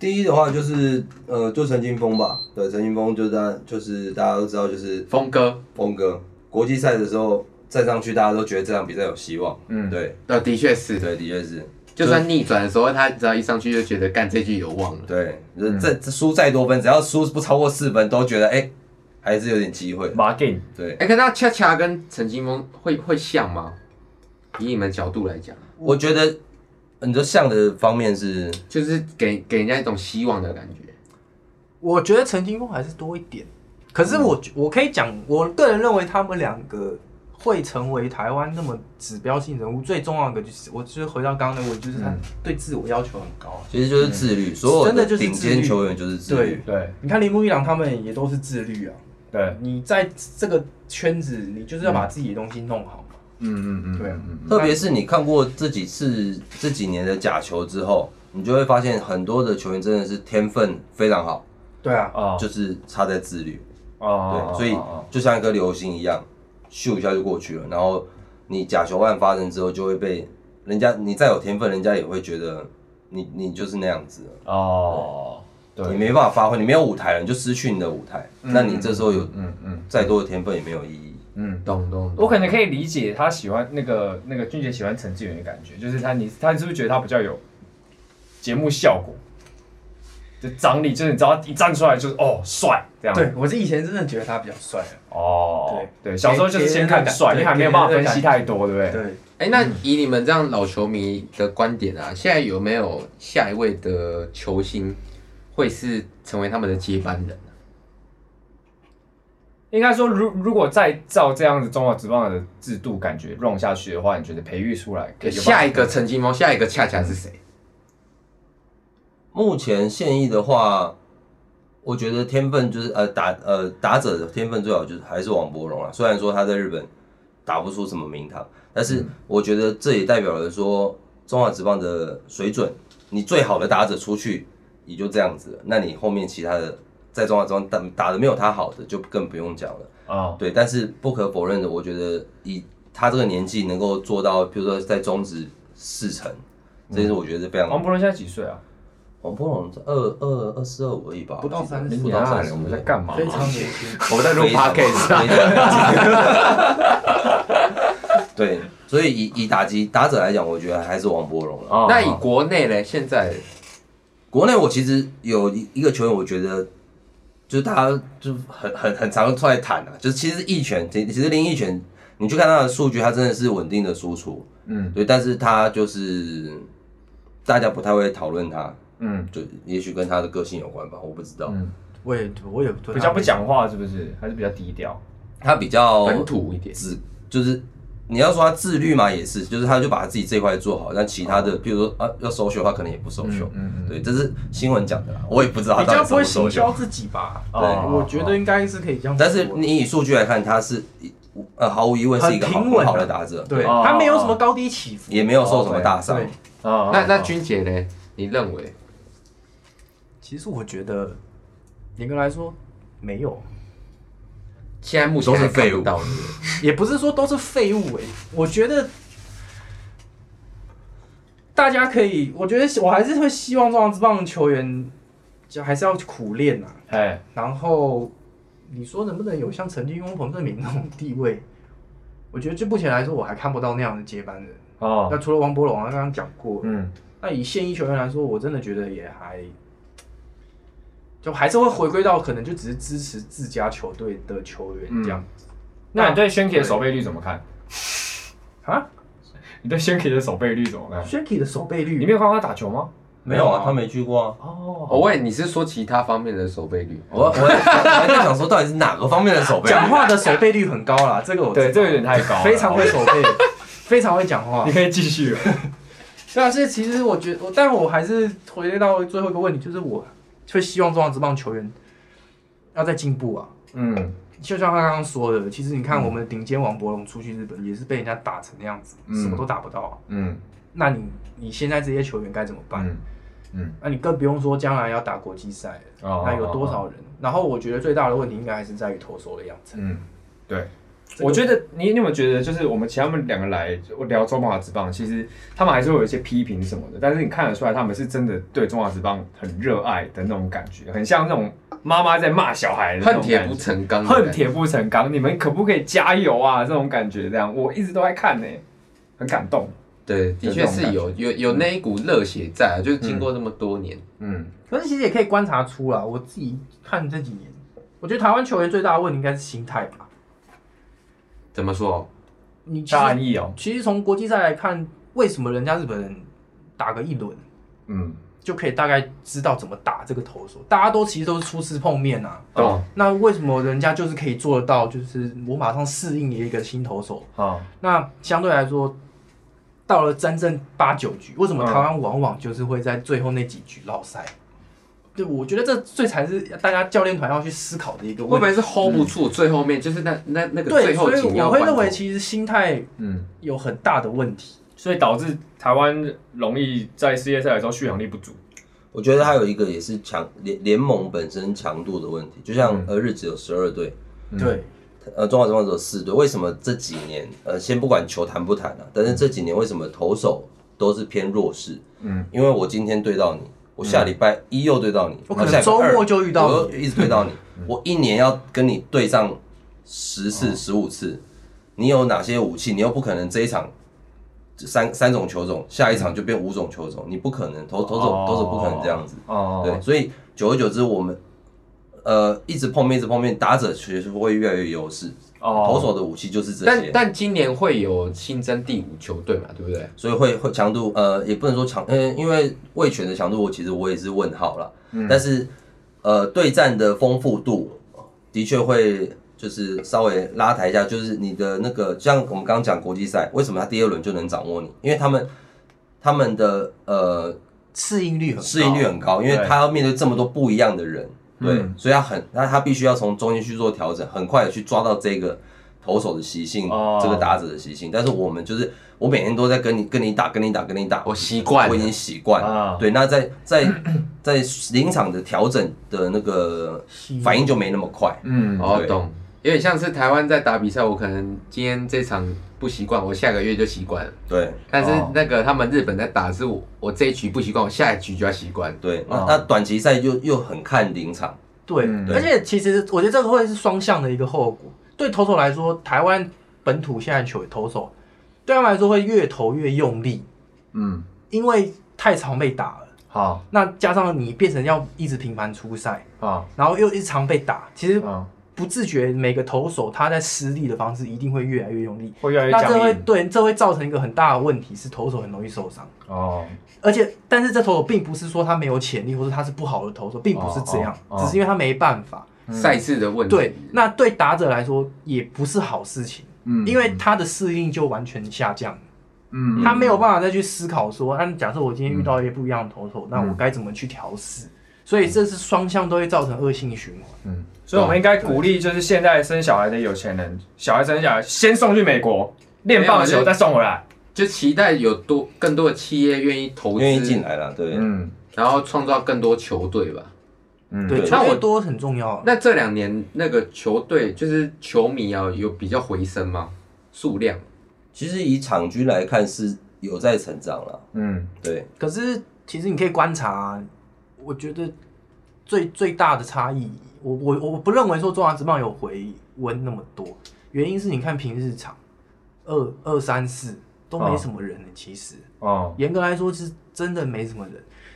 S4: 第一的话就是呃，就陈金峰吧，对，陈金峰就是大就是大家都知道，就是
S2: 峰哥，
S4: 峰哥，国际赛的时候站上去，大家都觉得这场比赛有希望，
S1: 嗯，
S4: 对
S2: 呃，的确是，
S4: 对，的确是，
S2: 就算逆转的时候，他只要一上去就觉得干这局有望了。
S4: 对，
S5: 嗯
S4: 这这输再多分，只要输不超过四分，都觉得哎、还是有点机
S5: 嗯
S4: 会。
S1: 马 game，
S4: 对，
S2: 哎、可那恰恰跟陈金峰会会像吗？以你们角度来讲，
S4: 我觉得你说像的方面是，
S2: 就是给给人家一种希望的感觉。
S5: 我觉得陈金峰还是多一点，可是我我可以讲，我个人认为他们两个会成为台湾那么指标性人物，最重要的一个就是，我就是回到刚刚的问题，就是他
S1: 嗯
S5: 对自我要求很高啊。
S4: 其实就是自律，所有
S5: 真的就是
S4: 顶
S5: 自
S4: 尖
S5: 律
S4: 球员就是自律
S5: 对。
S1: 对
S5: 你看铃木一朗他们也都是自律啊，
S1: 对，
S5: 你在这个圈子，你就是要把自己的东西弄好嘛。
S1: 嗯嗯嗯，
S5: 对
S1: 嗯
S4: 特别是你看过这几次这几年的假球之后，你就会发现很多的球员真的是天分非常好，
S5: 对啊，
S1: 啊，
S4: 就是差在自律。
S1: 啊，
S4: 对，所以就像一颗流星一样，咻一下就过去了。然后你假球案发生之后，就会被人家你再有天分，人家也会觉得你你就是那样子了，
S1: 哦，
S4: 你
S1: 对，
S4: 没办法发挥，你没有舞台了，你就失去你的舞台。那你这时候有
S1: 嗯嗯
S4: 再多的天分也没有意义。
S1: 嗯。
S2: 懂懂。
S1: 我可能可以理解他喜欢那个那个俊杰喜欢陈志远的感觉，就是他你他是不是觉得他比较有节目效果，就张力，就是你知道一站出来就是哦帅这样，
S5: 对我是以前真的觉得他比较帅啊。
S1: 哦对，小时候就是先看帅，因为还没有办法分析太多，对不对？
S5: 对，
S2: 哎、那以你们这样老球迷的观点啊，现在有没有下一位的球星会是成为他们的接班人？啊
S1: 应该说，如如果再照这样子中华职棒的制度感觉 run 下去的话，你觉得培育出来可以有办法
S2: 下一个陈金峰，下一个恰恰是谁？
S4: 目前现役的话，我觉得天分就是呃打呃打者的天分最好就是还是王柏荣啊。虽然说他在日本打不出什么名堂，但是
S1: 嗯
S4: 我觉得这也代表了说中华职棒的水准。你最好的打者出去也就这样子了，那你后面其他的在中华职棒打打的没有他好的就更不用讲了。
S1: 啊
S4: 对，但是不可否认的，我觉得以他这个年纪能够做到，比如说在中职四成，这是我觉得是非常
S1: 嗯王柏荣现在几岁啊？
S4: 王柏荣二二二四二五而已吧，
S5: 不到三十
S4: 不到三
S1: 啊
S4: 十，
S1: 我们在干嘛？
S5: 非常年轻。
S2: 我们在录
S4: 非常
S2: podcast 啊
S4: 非常 对，所以以以打击打者来讲，我觉得还是王柏荣了。
S1: 啊
S2: 那以国内嘞，现在
S4: 国内我其实有一一个球员，我觉得就是大家就很很很常出来谈啊，就是其实一拳，其其实林一拳，你去看他的数据，他真的是稳定的输出，
S1: 嗯
S4: 对，但是他就是大家不太会讨论他，
S1: 嗯
S4: 就也许跟他的个性有关吧，我不知道，
S1: 嗯，
S5: 我也我也
S1: 比较不，讲话是不是？还是比较低调？
S4: 他比较
S2: 本土一点，
S4: 自就是你要说他自律嘛，也是，就是他就把他自己这一块做好，但其他
S5: 哦
S4: 的，譬如说啊要 social，他可能也不 social，、
S1: 嗯嗯
S4: 对，这是新闻讲的啦，我也不知道他
S5: 比
S4: 到
S5: 较
S4: 底
S5: 不会
S4: social
S5: 行销自己吧？
S1: 对
S5: 我觉得应该哦是可以这样说。
S4: 但是你以数据来看，他是呃毫无疑问是一个好
S5: 很平稳啊
S4: 很好的打者，
S5: 对，
S1: 哦
S5: 他没有什么高低起伏，
S4: 也没有受什么大伤
S5: 哦对。。
S1: 啊
S2: 那那君姐嘞，你认为？
S5: 其实我觉得，严格来说没有，
S2: 现在目前
S4: 都是
S2: 还看
S4: 废
S2: 不
S4: 物
S2: 到你，
S5: 也不是说都是废物哎、我觉得大家可以，我觉得我还是会希望中华职棒的球员就还是要苦练啊。
S1: 哎，
S5: 然后你说能不能有像陈金庸、彭正明那种地位？我觉得就目前来说，我还看不到那样的接班人。那
S1: 哦，
S5: 除了王柏龙啊，刚刚讲过，
S1: 嗯
S5: 那以现役球员来说，我真的觉得也还，就还是会回归到可能就只是支持自家球队的球
S1: 嗯
S5: 员这样子、
S1: 那你对 Shanky 的守备率怎么看？
S5: 啊。
S1: 你对 Shanky 的守备率怎么看？
S5: Shanky 的守备率
S1: 你没有看过他打球吗？
S4: 没有啊，他没去过啊。
S1: 哦，
S2: 我问你是说其他方面的守备率？
S4: 我我我还在想说，到底是哪个方面的手背？
S5: 讲话的守备率很高啦，这个我知道
S1: 对，这个有点太高了，
S5: 非常会守备，非常会讲话
S1: 你。可以继续。
S5: 对啊，所以其实我觉得，我但我还是回到最后一个问题，就是我会希望中华职棒球员要再进步啊。
S1: 嗯
S5: 就像他刚刚说的，其实你看我们顶尖王伯龙出去日本也是被人家打成那样子，
S1: 嗯
S5: 什么都打不到啊、
S1: 嗯
S5: 那你你现在这些球员该怎么办？
S1: 嗯嗯，
S5: 那你更不用说将来要打国际赛了，
S1: 哦
S5: 那有多？少人？然后我觉得最大的问题应该还是在于投手的养成。
S1: 嗯，对，
S5: 这个
S1: 我觉得你你有没有觉得，就是我们其他们两个来我聊中华职棒，其实他们还是会有一些批评什么的，但是你看得出来，他们是真的对中华职棒很热爱的那种感觉，很像那种妈妈在骂小孩的那
S2: 恨
S1: 种
S2: 铁
S1: 感
S2: 不
S1: 觉。
S2: 成钢，
S1: 恨铁不成钢，你们可不可以加油啊？这种感觉，这样我一直都在看呢、很感动。
S2: 对，的确是有有有那一股热血在啊，就是经过这么多年，
S1: 嗯
S5: 可是其实也可以观察出啦，我自己看这几年，我觉得台湾球员最大的问题应该是心态吧。
S2: 怎么说？
S5: 你其
S1: 大
S5: 实
S1: 意哦，
S5: 其实从国际赛来看，为什么人家日本人打个一轮
S1: 嗯，
S5: 就可以大概知道怎么打这个投手？大家都其实都是初次碰面啊，
S1: 懂
S5: 那为什么人家就是可以做得到？就是我马上适应一个新投手。
S1: 好，
S5: 那相对来说，到了真正八九局，为什么台湾往往就是会在最后那几局落赛？对，我觉得这最才是大家教练团要去思考的一个
S2: 会
S5: 问
S2: 不
S5: 题。
S2: 会是 hold 不住最后面，就是那那那个
S5: 对，
S2: 最后
S5: 所以
S2: 紧要
S5: 我会
S2: 关
S5: 认为
S2: 头？
S5: 其实心态
S1: 嗯，
S5: 有很大的问题。
S1: 所以导致台湾容易在世界赛的时候续航力不足。
S4: 我觉得还有一个也是强联联盟本身强度的问题，就
S5: 嗯
S4: 像呃日职有十二队，
S1: 嗯
S5: 对，
S4: 呃中华职棒只有四队，为什么这几年呃先不管球谈不谈啊，但是这几年为什么投手都是偏弱势？
S1: 嗯，
S4: 因为我今天对到你，我下礼拜一又对到你，
S5: 我可能
S4: 然后下礼拜二
S5: 周末就遇到你
S4: 我又一直对到你，我一年要跟你对上十次、十五次，你有哪些武器？你又不可能这一场三三种球种，下一场就变五种球种，你不可能投投手投手不可能这样子，
S1: 哦，
S4: 对，所以久而久之我们。呃，一直碰面，一直碰面，打者其实会越来越有优势。
S1: 哦，
S4: 投手的武器就是这
S2: 但
S4: 些，
S2: 但今年会有新增第五球队嘛，对不对？
S4: 所以会会强度，呃，也不能说强，呃，因为魏权的强度，我其实我也是问号啦。但是，呃，对战的丰富度的确会就是稍微拉抬一下，就是你的那个，像我们刚刚讲国际赛，为什么他第二轮就能掌握你？因为他们他们的呃
S5: 适应率很高
S4: 适应率很高，因为
S1: 对
S4: 他要面对这么多不一样的人，对，
S1: 嗯
S4: 所以他很，那他必须要从中间去做调整，很快的去抓到这个投手的习性，
S1: 哦
S4: 这个打者的习性。但是我们就是，我每天都在跟你跟你打，跟你打，跟你打，
S2: 我习惯
S4: 我
S2: 了
S4: 已，经习惯了。
S1: 啊
S4: 对，那在在 在临场的调整的那个反应就没那么快。
S1: 嗯，
S2: 哦，
S4: 对
S2: 懂，有点像是台湾在打比赛，我可能今天这场不习惯，我下个月就习惯了。
S4: 对
S2: 但是
S1: 哦
S2: 那个他们日本在打，是我我这一局不习惯，我下一局就要习惯。
S4: 对，那
S1: 哦
S4: 那短期赛就又很看临场。
S5: 对，
S1: 嗯
S5: 而且其实我觉得这个会是双向的一个后果。对投手来说，台湾本土现在球投手，对他们来说会越投越用力，
S1: 嗯，
S5: 因为太常被打了。
S1: 好
S5: 那加上你变成要一直频繁出赛，
S1: 啊
S5: 然后又一直常被打，其实
S1: 啊，
S5: 不自觉每个投手他在施力的方式一定会越来越用力，
S1: 会越来越
S5: 那这
S1: 僵
S5: 会
S1: 硬
S5: 对这会造成一个很大的问题是投手很容易受伤。
S1: 哦，
S5: 而且，但是这投手并不是说他没有潜力，或者他是不好的投手，并不是这样，
S1: 哦哦哦
S5: 只是因为他没办法。
S2: 赛制的问题。
S5: 对，那对打者来说也不是好事情，
S1: 嗯
S5: 因为他的适应就完全下降了，
S1: 嗯
S5: 他没有办法再去思考说，那假设我今天遇到一些不一样的投手，那我该怎么去调试？所以这是双向都会造成恶性循环。
S1: 嗯，所以我们应该鼓励，就是现在生小孩的有钱人，小孩生下来先送去美国练棒
S2: 没
S1: 球，
S2: 有
S1: 再送回来。
S2: 就期待有多更多的企业愿意投资，
S4: 愿意进，来了，对，
S1: 嗯
S2: 然后创造更多球队吧。
S1: 嗯，
S5: 对，
S4: 对
S5: 球
S2: 那
S5: 队
S2: 我
S5: 多很重要。
S2: 那这两年那个球队就是球迷啊，有比较回升吗？数量？
S1: 嗯
S4: 其实以场均来看是有在成长了，
S1: 嗯
S4: 对，
S5: 可是其实你可以观察、啊我觉得最最大的差异，我我我不认为说中华职棒有回温那么多，原因是你看平日场二二三四都没什么人了，欸其实
S1: 哦，
S5: 严格来说是真的没什么人，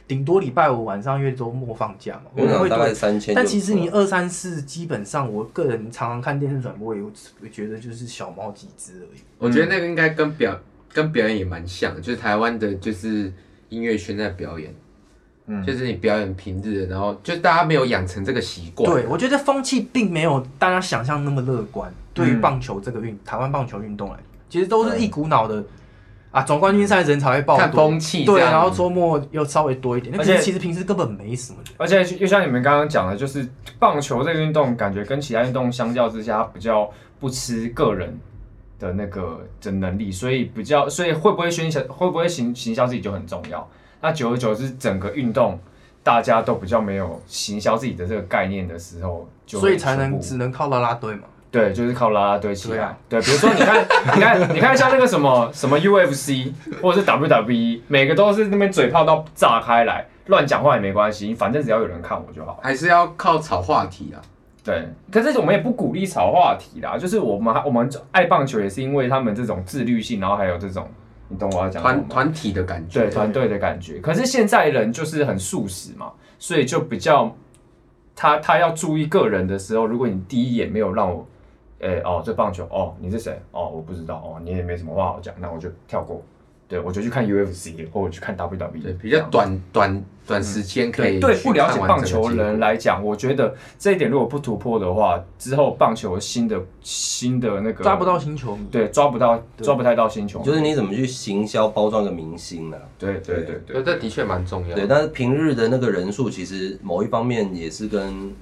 S5: 顶多礼拜五晚上因为周末放假嘛，我
S4: 我
S5: 们
S4: 想
S5: 会
S4: 大概
S5: 多。
S4: 三千。
S5: 但其实
S2: 嗯
S5: 你二三四基本上，我个人常常看电视转播，也我觉得就是小猫几只而已。
S2: 我觉得那个应该跟表、跟表演也蛮像，就是台湾的就是音乐圈在表演，
S1: 嗯
S2: 就是你表演平日的，然后就大家没有养成这个习惯。
S5: 对，我觉得风气并没有大家想象那么乐观。对
S2: 嗯
S5: 于棒球这个运，台湾棒球运动来，其实都是一股脑的啊，总冠军赛人才会爆
S2: 看
S5: 多
S2: 风气这
S5: 对，
S2: 样
S5: 然后周末又稍微多一点。那
S1: 而且
S5: 其实平时根本没什么人。
S1: 而且就像你们刚刚讲的，就是棒球这个运动，感觉跟其他运动相较之下，它比较不吃个人的那个的能力，所以比较，所以会不会宣传，会不会行行销自己就很重要。那久而久之，整个运动大家都比较没有行销自己的这个概念的时候，就会
S5: 所以才
S1: 全
S5: 能啊
S1: 部
S5: 只能靠啦啦队嘛，
S1: 对，就是靠拉拉堆起来。对，比如说你看，你看，你 看，像那个什么什么 UFC 或者是 WWE，每个都是那边嘴炮到炸开来，乱讲话也没关系，反正只要有人看我就好。
S2: 还是要靠炒话题啊。
S1: 对，可是我们也不鼓励炒话题啦，就是我们还我们爱棒球也是因为他们这种自律性，然后还有这种，你懂我要讲什么
S2: 团
S1: 吗？
S2: 团体的感
S1: 嗯
S2: 觉。
S1: 对团队的感觉。可是现在人就是很素食嘛，所以就比较他他要注意个人的时候，如果你第一眼没有让我，哎、哦这棒球哦你是谁哦我不知道哦你也没什么话好讲，那我就跳过，对我就去看 UFC 或者去看 WWE，
S2: 对，比
S1: 这
S2: 较
S1: 样
S2: 短短短时间可以
S1: 嗯对对
S2: 去
S1: 不了解
S2: 看完
S1: 棒
S2: 整个
S1: 球
S2: 结果
S1: 人来讲，我觉得这一点如果不突破的话，之后棒球新的新的那
S2: 啊
S1: 个
S5: 抓不到，新球迷。
S1: 对抓不到抓不太到新球迷，
S4: 就是你怎么去行销包装个明星呢、
S1: 对对对
S2: 对，
S1: 对
S2: 这的确蛮重要
S4: 对，
S2: 的。
S4: 但是平日的那个人数，其实某一方面也是跟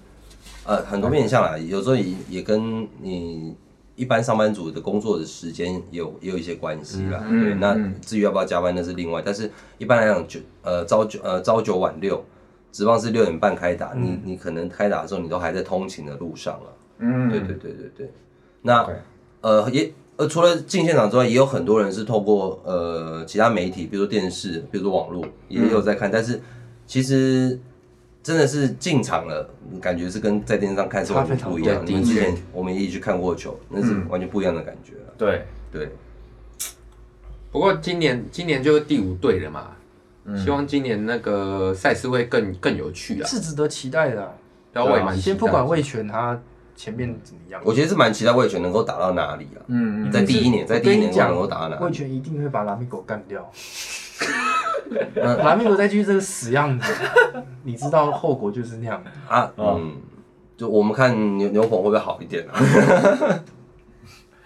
S4: 呃很多面向啦，有时候也也跟你一般上班族的工作的时间有也有一些关系啦。
S1: 嗯
S4: 对，
S1: 嗯
S4: 那
S1: 嗯
S4: 至于要不要加班那是另外，但是一般来讲九呃朝九呃朝九晚六，职棒是六点半开打，你你可能开打的时候你都还在通勤的路上了。
S1: 嗯
S4: 对对对对对，那
S1: OK
S4: 呃也呃除了进现场之外，也有很多人是透过呃其他媒体，比如说电视，比如说网络，也有在看。但是其实真的是进场了，感觉是跟在电视上看是完全不一
S2: 差
S4: 样。
S2: 非
S4: 你
S2: 常多
S4: 们之
S2: 的
S4: 前我们也一起去看过球，那是完全不一样的感觉了。
S1: 对，
S4: 对，
S2: 不过今年今年就是第五队了嘛，希望今年那个赛事会更更有趣啊。
S5: 嗯是值得期待的啊、
S2: 然后我也蛮期
S5: 先
S2: 待
S5: 不管魏权他前面怎么样，
S4: 我其实是蛮期待魏权能够打到哪里啊。
S1: 嗯嗯
S4: 在第一年，在第一年
S5: 我跟你讲
S4: 能够打到哪里？
S5: 魏
S4: 啊
S5: 权一定会把拉米狗干掉。
S4: 嗯
S5: 拉米狗再继续这个死样子，你知道后果就是那样。
S4: 啊，
S1: 哦
S4: 嗯，就我们看牛牛棚会不会好一点啊？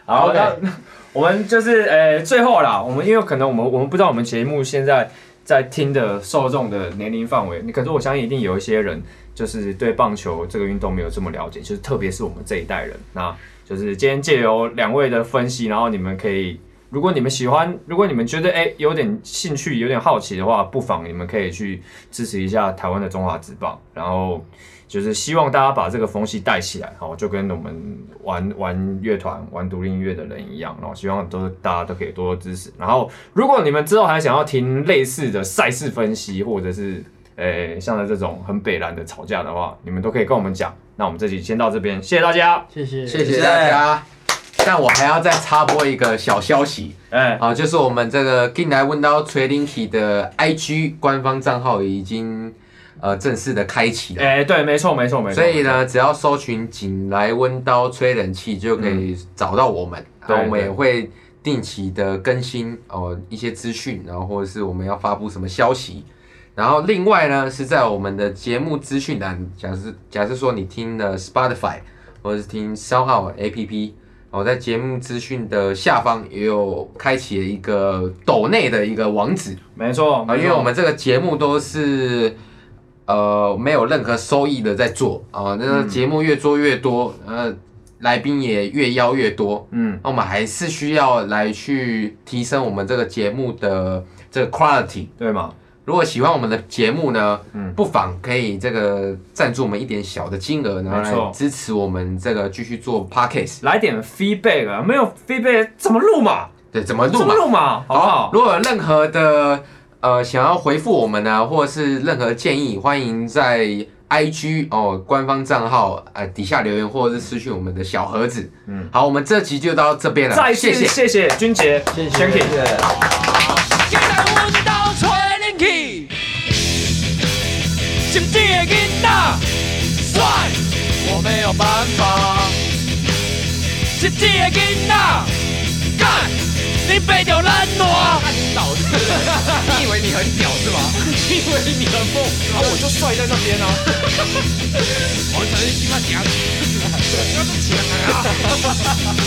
S1: 好
S2: OK
S1: 那我们就是呃最后啦，我们因为可能我们我们不知道我们节目现在在听的受众的年龄范围，可是我相信一定有一些人就是对棒球这个运动没有这么了解，就是特别是我们这一代人，那就是今天借由两位的分析，然后你们可以。如果你们喜欢，如果你们觉得哎、有点兴趣、有点好奇的话，不妨你们可以去支持一下台湾的中华职棒，然后就是希望大家把这个风气带起来，好，就跟我们玩玩乐团、玩独立音乐的人一样，然哦后希望都大家都可以多多支持。然后，如果你们之后还想要听类似的赛事分析，或者是诶、像这种很北蓝的吵架的话，你们都可以跟我们讲。那我们这期先到这边，谢谢大家。
S5: 谢谢，
S2: 谢谢大家。但我还要再插播一个小消息
S1: 哎，
S2: 啊，就是我们这个进来问到 Trading 的 IG 官方账号已经呃正式的开启了。
S1: 哎、对，没错，没错，没错。
S2: 所以，呢，只要搜寻“锦来温刀吹冷气”就可以找到我们，然
S1: 对
S2: 后我们
S1: 对
S2: 嗯也会定期的更新哦一些资讯，然后或者是我们要发布什么消息。然后另外呢，是在我们的节目资讯栏，假设假设说你听了 Spotify 或者是听 Sound APP，我、哦、在节目资讯的下方也有开启了一个抖内的一个网址，
S1: 没错，
S2: 啊，
S1: 没
S2: 因
S1: 错
S2: 为我们这个节目都是呃没有任何收益的在做啊，那个节目越做越多，呃，来宾也越邀越多，
S1: 嗯，
S2: 那我们还是需要来去提升我们这个节目的这个 quality。
S1: 对嘛，
S2: 如果喜欢我们的节目呢，
S1: 嗯
S2: 不妨可以这个赞助我们一点小的金额，然后
S1: 没错
S2: 来支持我们这个继续做 podcast。
S1: 来点 feedback 啊，没有 feedback 怎么录嘛？
S2: 对，怎么录
S1: 怎么？
S2: 嘛
S1: 录嘛？好不好？
S2: 如果有任何的呃想要回复我们呢，或者是任何建议，欢迎在 IG 哦官方账号呃底下留言，或者是私讯我们的小盒子。嗯
S1: 嗯，
S2: 好，我们这集就到这边了，
S1: 再次
S2: 谢谢。
S1: 谢谢君杰，
S4: 谢谢
S1: Shanky
S4: 谢谢。
S3: 今日阮兜找恁去，心机的囡仔，帅，我没有办法。心机的囡仔，干，你背着咱烂。你老子，你以为你很屌是吗？ 你以为你很猛是吗？我就帅在那边 啊。我才是鸡巴强，不要都强啊！